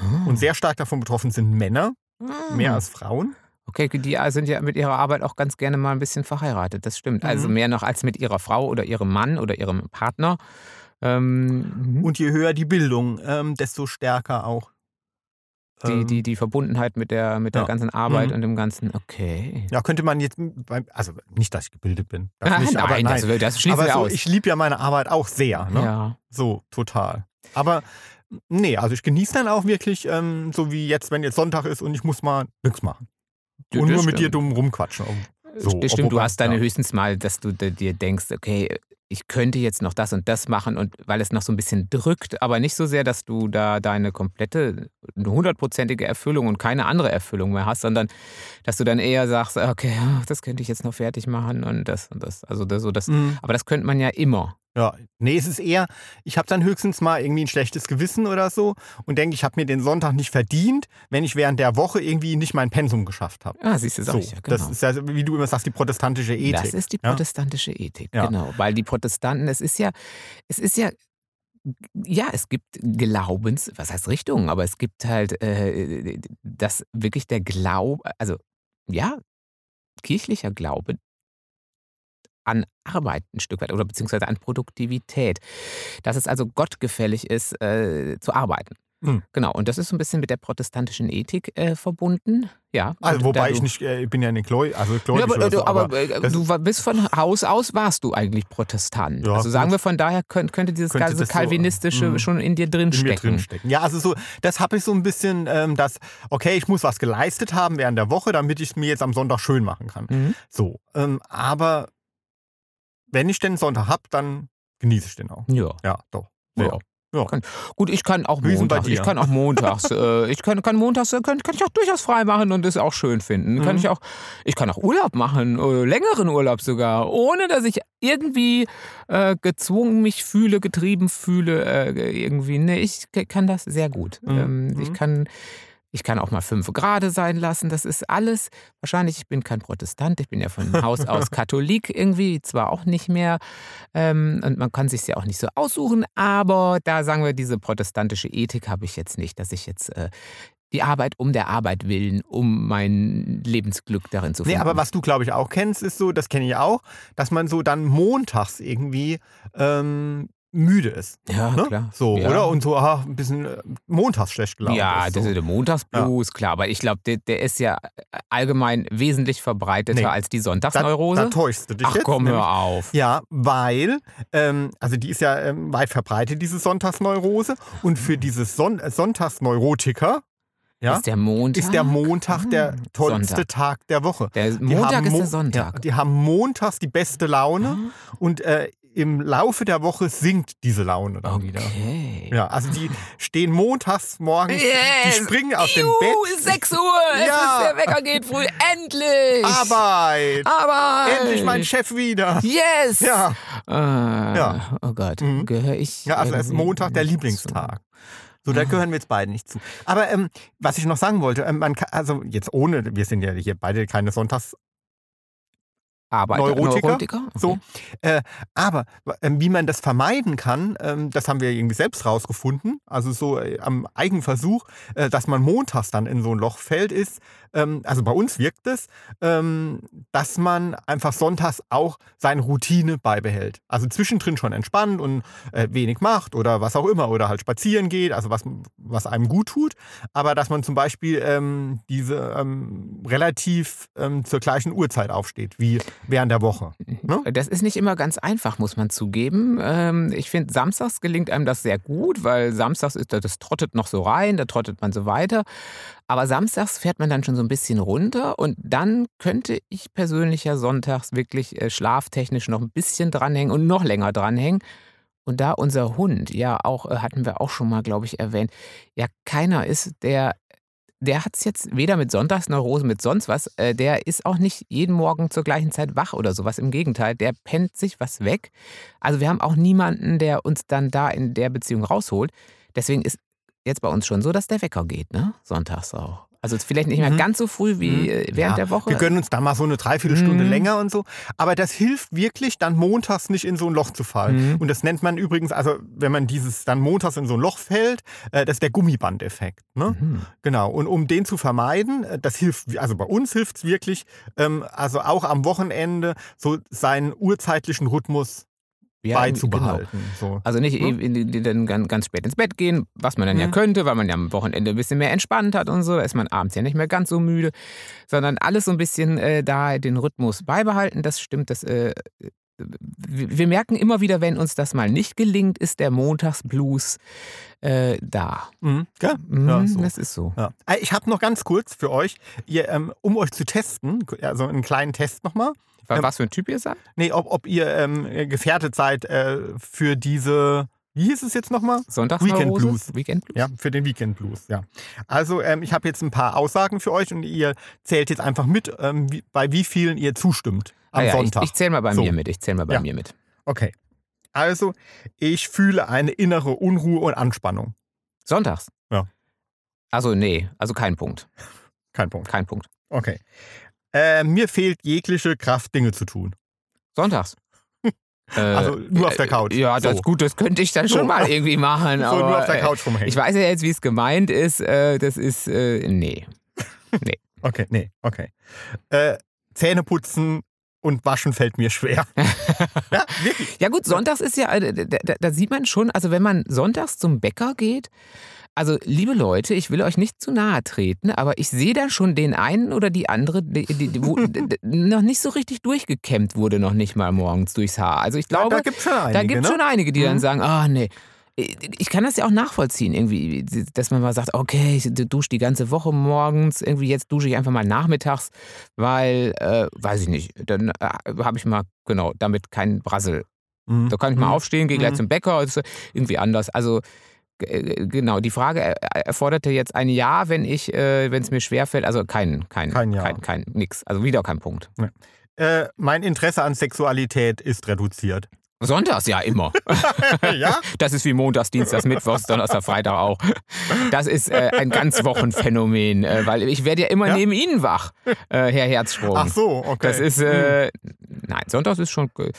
S2: Mhm.
S1: Und sehr stark davon betroffen sind Männer,
S2: Hm.
S1: mehr als Frauen.
S2: Okay, die sind ja mit ihrer Arbeit auch ganz gerne mal ein bisschen verheiratet, das stimmt. Also
S1: Mhm.
S2: mehr noch als mit ihrer Frau oder ihrem Mann oder ihrem Partner. Ähm, mhm.
S1: Und je höher die Bildung, ähm, desto stärker auch.
S2: die,
S1: ähm,
S2: die, die Verbundenheit mit der, mit der
S1: ja.
S2: ganzen Arbeit
S1: Mhm.
S2: und dem Ganzen. Okay.
S1: Ja, könnte man jetzt, beim- also nicht, dass ich gebildet bin, das
S2: Ah,
S1: nicht,
S2: nein,
S1: aber nein.
S2: Das, das schließen
S1: aber
S2: wir
S1: so,
S2: aus.
S1: ich liebe ja meine Arbeit auch sehr, ne?
S2: ja.
S1: So, total. Aber nee, also ich genieße dann auch wirklich, ähm, so wie jetzt, wenn jetzt Sonntag ist und ich muss mal nix machen.
S2: Ja,
S1: und
S2: das
S1: nur mit dir
S2: stimmt.
S1: dumm rumquatschen. Um So,
S2: St- Stimmt, du
S1: obwohl-
S2: hast deine
S1: ja.
S2: höchstens mal, dass du d- dir denkst, okay, ich könnte jetzt noch das und das machen und weil es noch so ein bisschen drückt, aber nicht so sehr, dass du da deine komplette, eine hundertprozentige Erfüllung und keine andere Erfüllung mehr hast, sondern dass du dann eher sagst, okay, ah, das könnte ich jetzt noch fertig machen und das und das. Also das, so das.
S1: Mhm.
S2: Aber das könnte man ja immer.
S1: Ja, nee, es ist eher, ich habe dann höchstens mal irgendwie ein schlechtes Gewissen oder so und denke, ich habe mir den Sonntag nicht verdient, wenn ich während der Woche irgendwie nicht mein Pensum geschafft habe.
S2: Ah, siehst du, sag
S1: So,
S2: ich ja, genau.
S1: das ist ja, wie du immer sagst, die protestantische Ethik.
S2: Das ist die
S1: ja?
S2: protestantische Ethik,
S1: Ja.
S2: genau. Weil die Protestanten, es ist ja, es ist ja, ja, es gibt Glaubens, was heißt Richtungen, aber es gibt halt, äh, dass wirklich der Glaube, also ja, kirchlicher Glaube an Arbeit ein Stück weit oder beziehungsweise an Produktivität. Dass es also gottgefällig ist, äh, zu arbeiten.
S1: Mhm.
S2: Genau, und das ist so ein bisschen mit der protestantischen Ethik äh, verbunden. Ja,
S1: Also,
S2: und da
S1: wobei ich
S2: du-
S1: nicht, äh, ich bin ja nicht gläu also
S2: ja,
S1: gläubig
S2: aber,
S1: oder so,
S2: aber,
S1: aber
S2: äh,
S1: das-
S2: du war, bist von Haus aus warst du eigentlich Protestant.
S1: Ja,
S2: also sagen
S1: gut.
S2: wir von daher könnt, könnte dieses
S1: Könnte
S2: ganze
S1: das so,
S2: kalvinistische
S1: mm,
S2: schon in dir drin
S1: in mir
S2: stecken.
S1: drinstecken. Ja, also so, das habe ich so ein bisschen, ähm, dass, okay, ich muss was geleistet haben während der Woche, damit ich es mir jetzt am Sonntag schön machen kann.
S2: Mhm.
S1: So, ähm, aber wenn ich den Sonntag habe, dann genieße ich den auch.
S2: Ja.
S1: Ja, doch.
S2: Ja.
S1: Sehr. Ja.
S2: Kann, gut, ich kann auch
S1: Wie ist denn bei
S2: montags. Ich
S1: dir?
S2: kann auch montags. äh, ich kann, kann montags äh, kann, kann ich auch durchaus frei machen und es auch schön finden.
S1: Mhm.
S2: Kann ich auch. Ich kann auch Urlaub machen, äh, längeren Urlaub sogar, ohne dass ich irgendwie äh, gezwungen mich fühle, getrieben fühle äh, irgendwie. Nee, ich k- kann das sehr gut.
S1: Mhm.
S2: Ähm, ich
S1: Mhm.
S2: kann ich kann auch mal fünf Grade sein lassen. Das ist alles. Wahrscheinlich, ich bin kein Protestant. Ich bin ja von Haus aus Katholik irgendwie, zwar auch nicht mehr. Ähm, und man kann sich ja auch nicht so aussuchen. Aber da sagen wir, diese protestantische Ethik habe ich jetzt nicht, dass ich jetzt äh, die Arbeit um der Arbeit willen, um mein Lebensglück darin zu
S1: Nee,
S2: finden.
S1: aber was du, glaube ich, auch kennst, ist so, das kenne ich auch, dass man so dann montags irgendwie ähm, müde ist.
S2: Ja,
S1: ne?
S2: klar.
S1: So,
S2: ja.
S1: oder? Und so, ach, ein bisschen äh, montags schlecht gelaunt
S2: Ja,
S1: ist.
S2: das
S1: so.
S2: ist der Montagsblues, klar. Aber ich glaube, der, der ist ja äh, allgemein wesentlich verbreiteter
S1: Nee.
S2: als die
S1: da, da
S2: Sonntagsneurose.
S1: täuschst du dich
S2: Ach
S1: jetzt.
S2: komm,
S1: nämlich-
S2: hör auf.
S1: Ja, weil, ähm, also die ist ja ähm, weit verbreitet, diese Sonntagsneurose. Und
S2: Ah.
S1: für dieses Son äh, Sonntagsneurotiker ja,
S2: Ist der Montag?
S1: ist der Montag der
S2: Ah,
S1: tollste
S2: Sonntag.
S1: Tag der Woche.
S2: Der
S1: Die
S2: Montag
S1: haben
S2: ist
S1: Mo-
S2: der Sonntag. Ah.
S1: Ja, die haben montags die beste Laune und äh, im Laufe der Woche sinkt diese Laune dann wieder.
S2: Okay.
S1: Ja, also die stehen montags morgens,
S2: Yes.
S1: die springen aus dem
S2: Juhu,
S1: Bett.
S2: es ist 6 Uhr, es
S1: Ja.
S2: ist der Wecker geht früh, endlich!
S1: Arbeit!
S2: Aber!
S1: Endlich mein Chef wieder!
S2: Yes!
S1: Ja,
S2: Äh,
S1: Ja.
S2: Oh Gott,
S1: Mhm.
S2: gehöre ich. ähm,
S1: ja also ist
S2: irgendwie
S1: Montag der
S2: nicht
S1: Lieblingstag. So, da gehören wir jetzt beide nicht zu. Aber ähm, was ich noch sagen wollte, ähm, man kann, also jetzt ohne, wir sind ja hier beide keine Sonntags,
S2: zu? Arbeiter,
S1: Neurotiker?
S2: Neurotiker? Okay.
S1: So, äh, aber ähm, wie man das vermeiden kann, ähm, das haben wir irgendwie selbst rausgefunden. Also so äh, am Eigenversuch, äh, dass man montags dann in so ein Loch fällt, ist, ähm, also bei uns wirkt es, ähm, dass man einfach sonntags auch seine Routine beibehält. Also zwischendrin schon entspannt und äh, wenig macht oder was auch immer oder halt spazieren geht, also was, was einem gut tut. Aber dass man zum Beispiel ähm, diese ähm, relativ ähm, zur gleichen Uhrzeit aufsteht wie während der Woche. Ne?
S2: Das ist nicht immer ganz einfach, muss man zugeben. Ähm, Ich finde, samstags gelingt einem das sehr gut, weil samstags ist da- das trottet noch so rein, da trottet man so weiter. Aber samstags fährt man dann schon so ein bisschen runter und dann könnte ich persönlich ja sonntags wirklich äh, schlaftechnisch noch ein bisschen dranhängen und noch länger dranhängen. Und da unser Hund, ja, auch äh, hatten wir auch schon mal, glaube ich, erwähnt, ja, keiner ist, der der hat es jetzt weder mit Sonntagsneurose mit sonst was, äh, der ist auch nicht jeden Morgen zur gleichen Zeit wach oder sowas. Im Gegenteil, der pennt sich was weg. Also wir haben auch niemanden, der uns dann da in der Beziehung rausholt. Deswegen ist jetzt bei uns schon so, dass der Wecker geht, ne? Sonntags auch. Also vielleicht nicht mehr
S1: Mhm.
S2: ganz so früh wie
S1: Mhm.
S2: äh, während
S1: Ja,
S2: der Woche.
S1: Wir gönnen uns da mal so eine Dreiviertelstunde
S2: Mhm.
S1: länger und so. Aber das hilft wirklich, dann montags nicht in so ein Loch zu fallen.
S2: Mhm.
S1: Und das nennt man übrigens, also wenn man dieses dann montags in so ein Loch fällt, äh, das ist der Gummibandeffekt. Ne?
S2: Mhm.
S1: Genau. Und um den zu vermeiden, äh, das hilft, also bei uns hilft es wirklich, ähm, also auch am Wochenende so seinen urzeitlichen Rhythmus
S2: Ja, genau.
S1: beizubehalten. So.
S2: Also nicht
S1: Ne?
S2: in, in, in, dann ganz, ganz spät ins Bett gehen, was man dann ja
S1: Mhm.
S2: könnte, weil man ja am Wochenende ein bisschen mehr entspannt hat und so. Da ist man abends ja nicht mehr ganz so müde, sondern alles so ein bisschen äh, da den Rhythmus beibehalten. Das stimmt. Das, äh, wir, wir merken immer wieder, wenn uns das mal nicht gelingt, ist der Montagsblues äh, da.
S1: Mhm. Ja?
S2: Mhm,
S1: Ja, so.
S2: Das ist so.
S1: Ja. Äh, Ich habe noch ganz kurz für euch, ihr, ähm, um euch zu testen, also einen kleinen Test nochmal.
S2: Wa-
S1: Ähm,
S2: Was für ein Typ ihr seid?
S1: Nee, ob, ob ihr ähm, gefährdet seid äh, für diese, wie hieß es jetzt nochmal?
S2: Sonntagsneurose?
S1: Weekend Blues.
S2: Weekend Blues?
S1: Ja, für den Weekend Blues, ja. Also ähm, ich habe jetzt ein paar Aussagen für euch und ihr zählt jetzt einfach mit, ähm, wie, bei wie vielen ihr zustimmt am
S2: Ah ja,
S1: Sonntag.
S2: Ich, ich zähle mal bei
S1: So.
S2: mir mit. Ich zähle mal bei
S1: Ja.
S2: mir mit.
S1: okay. Also, ich fühle eine innere Unruhe und Anspannung.
S2: Sonntags?
S1: Ja.
S2: Also nee, also kein Punkt.
S1: Kein Punkt.
S2: Kein Punkt.
S1: Okay. Äh, mir fehlt jegliche Kraft, Dinge zu tun.
S2: Sonntags. Äh,
S1: Also nur auf der Couch.
S2: Ja, das
S1: So.
S2: gut, das könnte ich dann schon
S1: So.
S2: mal irgendwie machen.
S1: So
S2: aber,
S1: nur auf der
S2: äh,
S1: Couch rumhängen.
S2: Ich weiß ja jetzt, wie es gemeint ist. Äh, das ist, äh, nee.
S1: Okay, nee, okay. Äh, Zähne putzen und waschen fällt mir schwer. ja, wirklich.
S2: Ja gut, sonntags ist ja, äh, da, da, da sieht man schon, also wenn man sonntags zum Bäcker geht, also liebe Leute, ich will euch nicht zu nahe treten, aber ich sehe da schon den einen oder die andere, die, die, die, wo d- d- noch nicht so richtig durchgekämmt wurde, noch nicht mal morgens durchs Haar. Also ich glaube,
S1: da gibt es schon einige.
S2: Da gibt es
S1: ne?
S2: schon einige, die dann
S1: Mhm.
S2: sagen, ah nee. Ich kann das ja auch nachvollziehen, irgendwie, dass man mal sagt, okay, ich dusche die ganze Woche morgens, irgendwie jetzt dusche ich einfach mal nachmittags, weil, äh, weiß ich nicht, dann äh, habe ich mal, genau, damit keinen Brassel
S1: Mhm.
S2: Da kann ich mal
S1: Mhm.
S2: aufstehen, gehe gleich
S1: Mhm.
S2: zum Bäcker, ist irgendwie anders. Also g- äh, genau, die Frage er- erforderte jetzt ein Ja, wenn ich, äh, wenn es mir schwerfällt, also kein, kein,
S1: Kein Ja.
S2: kein, kein, nix. Also wieder kein Punkt.
S1: Äh, mein Interesse an Sexualität ist reduziert.
S2: Sonntags ja immer.
S1: ja?
S2: Das ist wie Montags, Dienstags, Mittwochs, Donnerstag, Freitag auch. Das ist äh, ein ganz Wochenphänomen, äh, weil ich werde ja immer
S1: Ja?
S2: neben Ihnen wach, äh, Herr Herzsprung.
S1: Ach so, okay. Hm.
S2: Das ist, äh, nein, Sonntags ist schon, äh,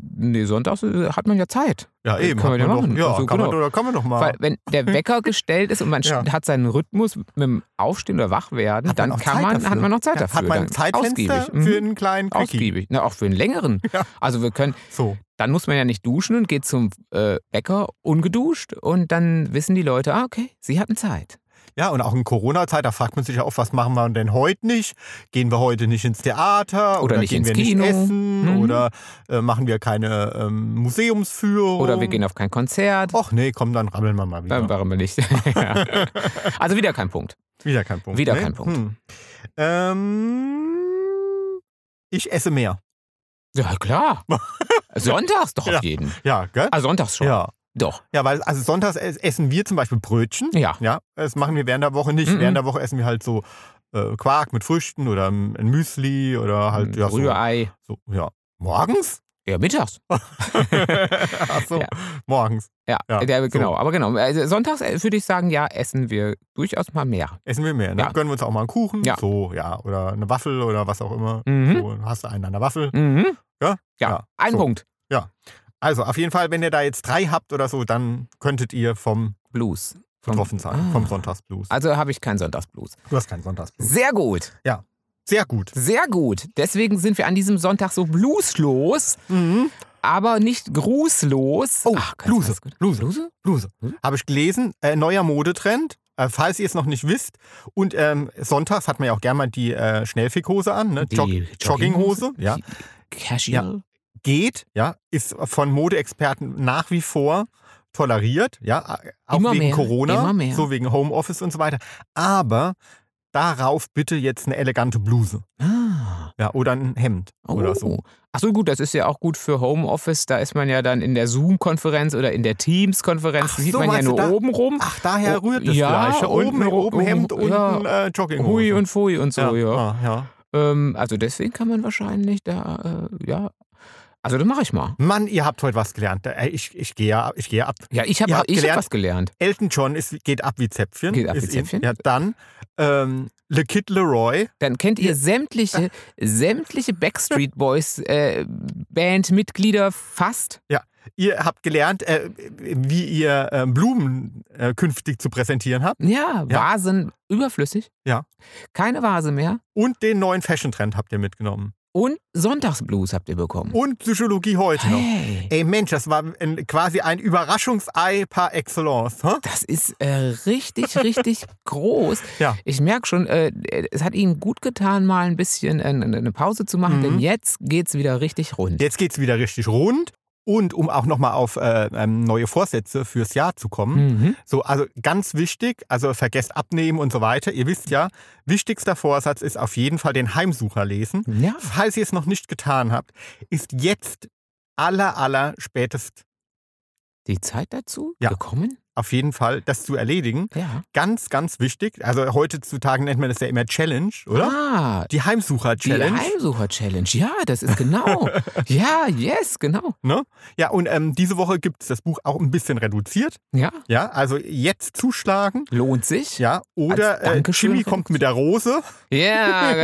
S2: nee, Sonntags äh, hat man ja Zeit.
S1: ja, eben.
S2: kann man
S1: hat
S2: ja
S1: man
S2: machen.
S1: Doch, ja,
S2: Also,
S1: kann, man,
S2: genau.
S1: oder kann man doch mal.
S2: Weil wenn der Wecker gestellt ist und man
S1: Ja.
S2: hat seinen Rhythmus mit dem Aufstehen oder Wachwerden,
S1: Hat man
S2: dann
S1: auch
S2: kann
S1: Zeit
S2: man,
S1: dafür.
S2: hat man noch Zeit
S1: Ja,
S2: dafür.
S1: Hat man ein
S2: dann
S1: Zeitfenster
S2: ausgiebig. Mhm.
S1: für einen kleinen Quickie.
S2: Ausgiebig, na, auch für einen längeren.
S1: Ja.
S2: Also wir können,
S1: So.
S2: dann muss man ja nicht duschen und geht zum äh, Bäcker ungeduscht und dann wissen die Leute, ah, okay, sie hatten Zeit.
S1: Ja, und auch in Corona-Zeit, da fragt man sich ja oft, was machen wir denn heute nicht? Gehen wir heute nicht ins Theater
S2: Oder
S1: oder,
S2: nicht
S1: gehen
S2: ins
S1: wir
S2: Kino.
S1: nicht essen
S2: Mhm.
S1: oder äh, machen wir keine ähm, Museumsführung?
S2: Oder wir gehen auf kein Konzert.
S1: Och nee, komm, dann rammeln wir mal wieder.
S2: Dann waren wir nicht. Ja. also wieder kein Punkt.
S1: Wieder kein Punkt.
S2: Wieder
S1: ne?
S2: kein Punkt.
S1: Hm. Ähm, ich esse mehr.
S2: Ja, klar. Sonntags doch
S1: Ja.
S2: auf jeden.
S1: Ja, gell?
S2: Ah, sonntags schon.
S1: Ja.
S2: Doch.
S1: Ja, weil also sonntags es- essen wir zum Beispiel Brötchen.
S2: Ja.
S1: Ja, das machen wir während der Woche nicht.
S2: Mhm.
S1: Während der Woche essen wir halt so äh, Quark mit Früchten oder ähm, ein Müsli oder halt ja, so,
S2: Rührei.
S1: so. Ja. Morgens?
S2: Ja, mittags.
S1: Ach so,
S2: Ja.
S1: morgens.
S2: Ja,
S1: Ja,
S2: der,
S1: so.
S2: genau. Aber genau. Also sonntags äh, würde ich sagen, ja, essen wir durchaus mal mehr.
S1: Essen wir mehr. Ne?
S2: Ja.
S1: Gönnen wir uns auch mal einen Kuchen.
S2: Ja.
S1: So, ja. Oder eine Waffel oder was auch immer.
S2: Mhm.
S1: So, hast du einen an der Waffel.
S2: Mhm.
S1: Ja?
S2: Ja,
S1: Ja,
S2: ein
S1: so.
S2: Punkt.
S1: Also, auf jeden Fall, wenn ihr da jetzt drei habt oder so, dann könntet ihr vom
S2: Blues. Vom-
S1: betroffen sein.
S2: Ah.
S1: Vom Sonntagsblues.
S2: Also habe ich keinen Sonntagsblues.
S1: Du hast keinen Sonntagsblues.
S2: Sehr gut.
S1: Sehr gut.
S2: Sehr gut. Deswegen sind wir an diesem Sonntag so blueslos, aber nicht grußlos.
S1: Oh,
S2: Mhm. ganz-
S1: Bluse,
S2: ganz gut.
S1: Bluse.
S2: Bluse?
S1: Bluse.
S2: Hm?
S1: Habe ich gelesen. Äh, neuer Modetrend. Äh, falls ihr es noch nicht wisst. Und ähm, sonntags hat man ja auch gerne mal die äh, Schnellfickhose an. Ne?
S2: Die
S1: Jog Jogginghose. Ja.
S2: Die Casual.
S1: Geht. Ja. Ist von Modeexperten nach wie vor toleriert. Ja. Auch
S2: Immer
S1: wegen
S2: mehr,
S1: Corona.
S2: immer mehr.
S1: So wegen Homeoffice und so weiter. Aber darauf bitte jetzt eine elegante Bluse.
S2: Ah.
S1: Ja. Oder ein Hemd.
S2: Oh.
S1: Oder so.
S2: Ach so, gut, das ist ja auch gut für Homeoffice. Da ist man ja dann in der Zoom-Konferenz oder in der Teams-Konferenz.
S1: Ach
S2: Sieht
S1: so,
S2: man ja
S1: meinst du
S2: nur
S1: da-
S2: oben rum.
S1: Ach, daher
S2: Oh,
S1: rührt das
S2: ja,
S1: Gleiche. Oben,
S2: unten-
S1: oben Hemd,
S2: oben-
S1: unten
S2: ja.
S1: äh, Jogginghose.
S2: Hui und Fui und so, ja.
S1: Ah, ja.
S2: Ähm, also deswegen kann man wahrscheinlich da, äh, ja. Also das mache ich mal.
S1: Mann, ihr habt heute was gelernt. Äh, Ich, ich gehe ja, ich gehe ab.
S2: Ja, ich habe
S1: Ihr
S2: hab
S1: habt
S2: ich hab
S1: gelernt-
S2: was gelernt.
S1: Elton John ist, geht ab wie Zäpfchen.
S2: Geht ab wie
S1: ist in-
S2: Zäpfchen.
S1: Ja, dann ähm, Le Kid Leroy.
S2: Dann kennt ihr sämtliche, sämtliche Backstreet Boys äh, Bandmitglieder fast.
S1: Ihr habt gelernt, äh, wie ihr äh, Blumen äh, künftig zu präsentieren habt.
S2: Ja,
S1: Ja.
S2: Vasen überflüssig.
S1: Ja.
S2: Keine Vase mehr.
S1: Und den neuen Fashion-Trend habt ihr mitgenommen.
S2: Und Sonntagsblues habt ihr bekommen.
S1: Und Psychologie heute noch.
S2: hey,
S1: Ey Mensch, das war ein, quasi ein Überraschungsei par excellence. Hä?
S2: das ist äh, richtig, richtig groß.
S1: Ja.
S2: Ich merke schon, äh, es hat Ihnen gut getan, mal ein bisschen äh, eine Pause zu machen,
S1: Mhm.
S2: denn jetzt geht's wieder richtig rund.
S1: Jetzt geht's wieder richtig rund. Und um auch nochmal auf äh, ähm, neue Vorsätze fürs Jahr zu kommen,
S2: Mhm.
S1: So, also ganz wichtig, also vergesst abnehmen und so weiter. Ihr wisst ja, wichtigster Vorsatz ist auf jeden Fall den Heimsucher lesen.
S2: Ja.
S1: Falls ihr es noch nicht getan habt, ist jetzt aller, aller spätest
S2: Die Zeit dazu
S1: Ja.
S2: gekommen?
S1: auf jeden Fall das zu erledigen.
S2: Ja.
S1: Ganz, ganz wichtig. Also heutzutage nennt man das ja immer Challenge, oder?
S2: Ah,
S1: Die Heimsucher-Challenge.
S2: Die Heimsucher-Challenge, ja, das ist genau. ja, yes, genau.
S1: ja, und ähm, diese Woche gibt es das Buch auch ein bisschen reduziert.
S2: Ja,
S1: Ja, also jetzt zuschlagen.
S2: lohnt sich. Ja,
S1: Ja, oder äh,
S2: Dankeschön
S1: Jimmy
S2: für-
S1: kommt mit der Rose.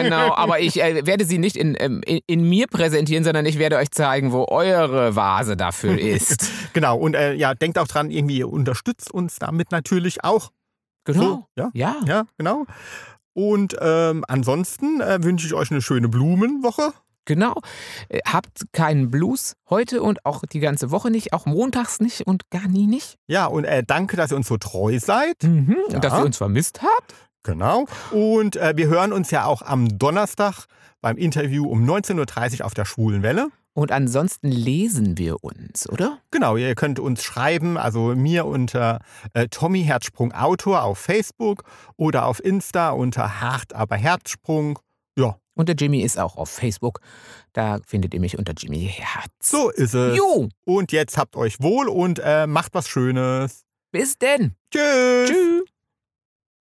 S2: genau. Aber ich äh, werde sie nicht in, ähm, in, in mir präsentieren, sondern ich werde euch zeigen, wo eure Vase dafür ist.
S1: Genau, und äh, ja, denkt auch dran, irgendwie ihr unterstützt uns damit natürlich auch.
S2: Genau.
S1: So, ja,
S2: Ja.
S1: ja, genau. Und ähm, ansonsten äh, wünsche ich euch eine schöne Blumenwoche.
S2: genau. Äh, Habt keinen Blues heute und auch die ganze Woche nicht, auch montags nicht und gar nie nicht.
S1: Ja, und äh, danke, dass ihr uns so treu seid.
S2: Mhm.
S1: Ja.
S2: Und dass ihr uns vermisst habt.
S1: Genau. Und äh, wir hören uns ja auch am Donnerstag beim Interview um 19.30 Uhr auf der Schwulen Welle.
S2: Und ansonsten lesen wir uns, oder?
S1: Genau, ihr könnt uns schreiben, also mir unter äh, Tommy Herzsprung Autor auf Facebook oder auf Insta unter Hart aber Herzsprung Ja.
S2: Und der Jimmy ist auch auf Facebook. Da findet ihr mich unter Jimmy Herz.
S1: So ist es.
S2: Jo,
S1: Und jetzt habt euch wohl und äh, macht was Schönes.
S2: bis denn.
S1: Tschüss.
S2: Tschüss.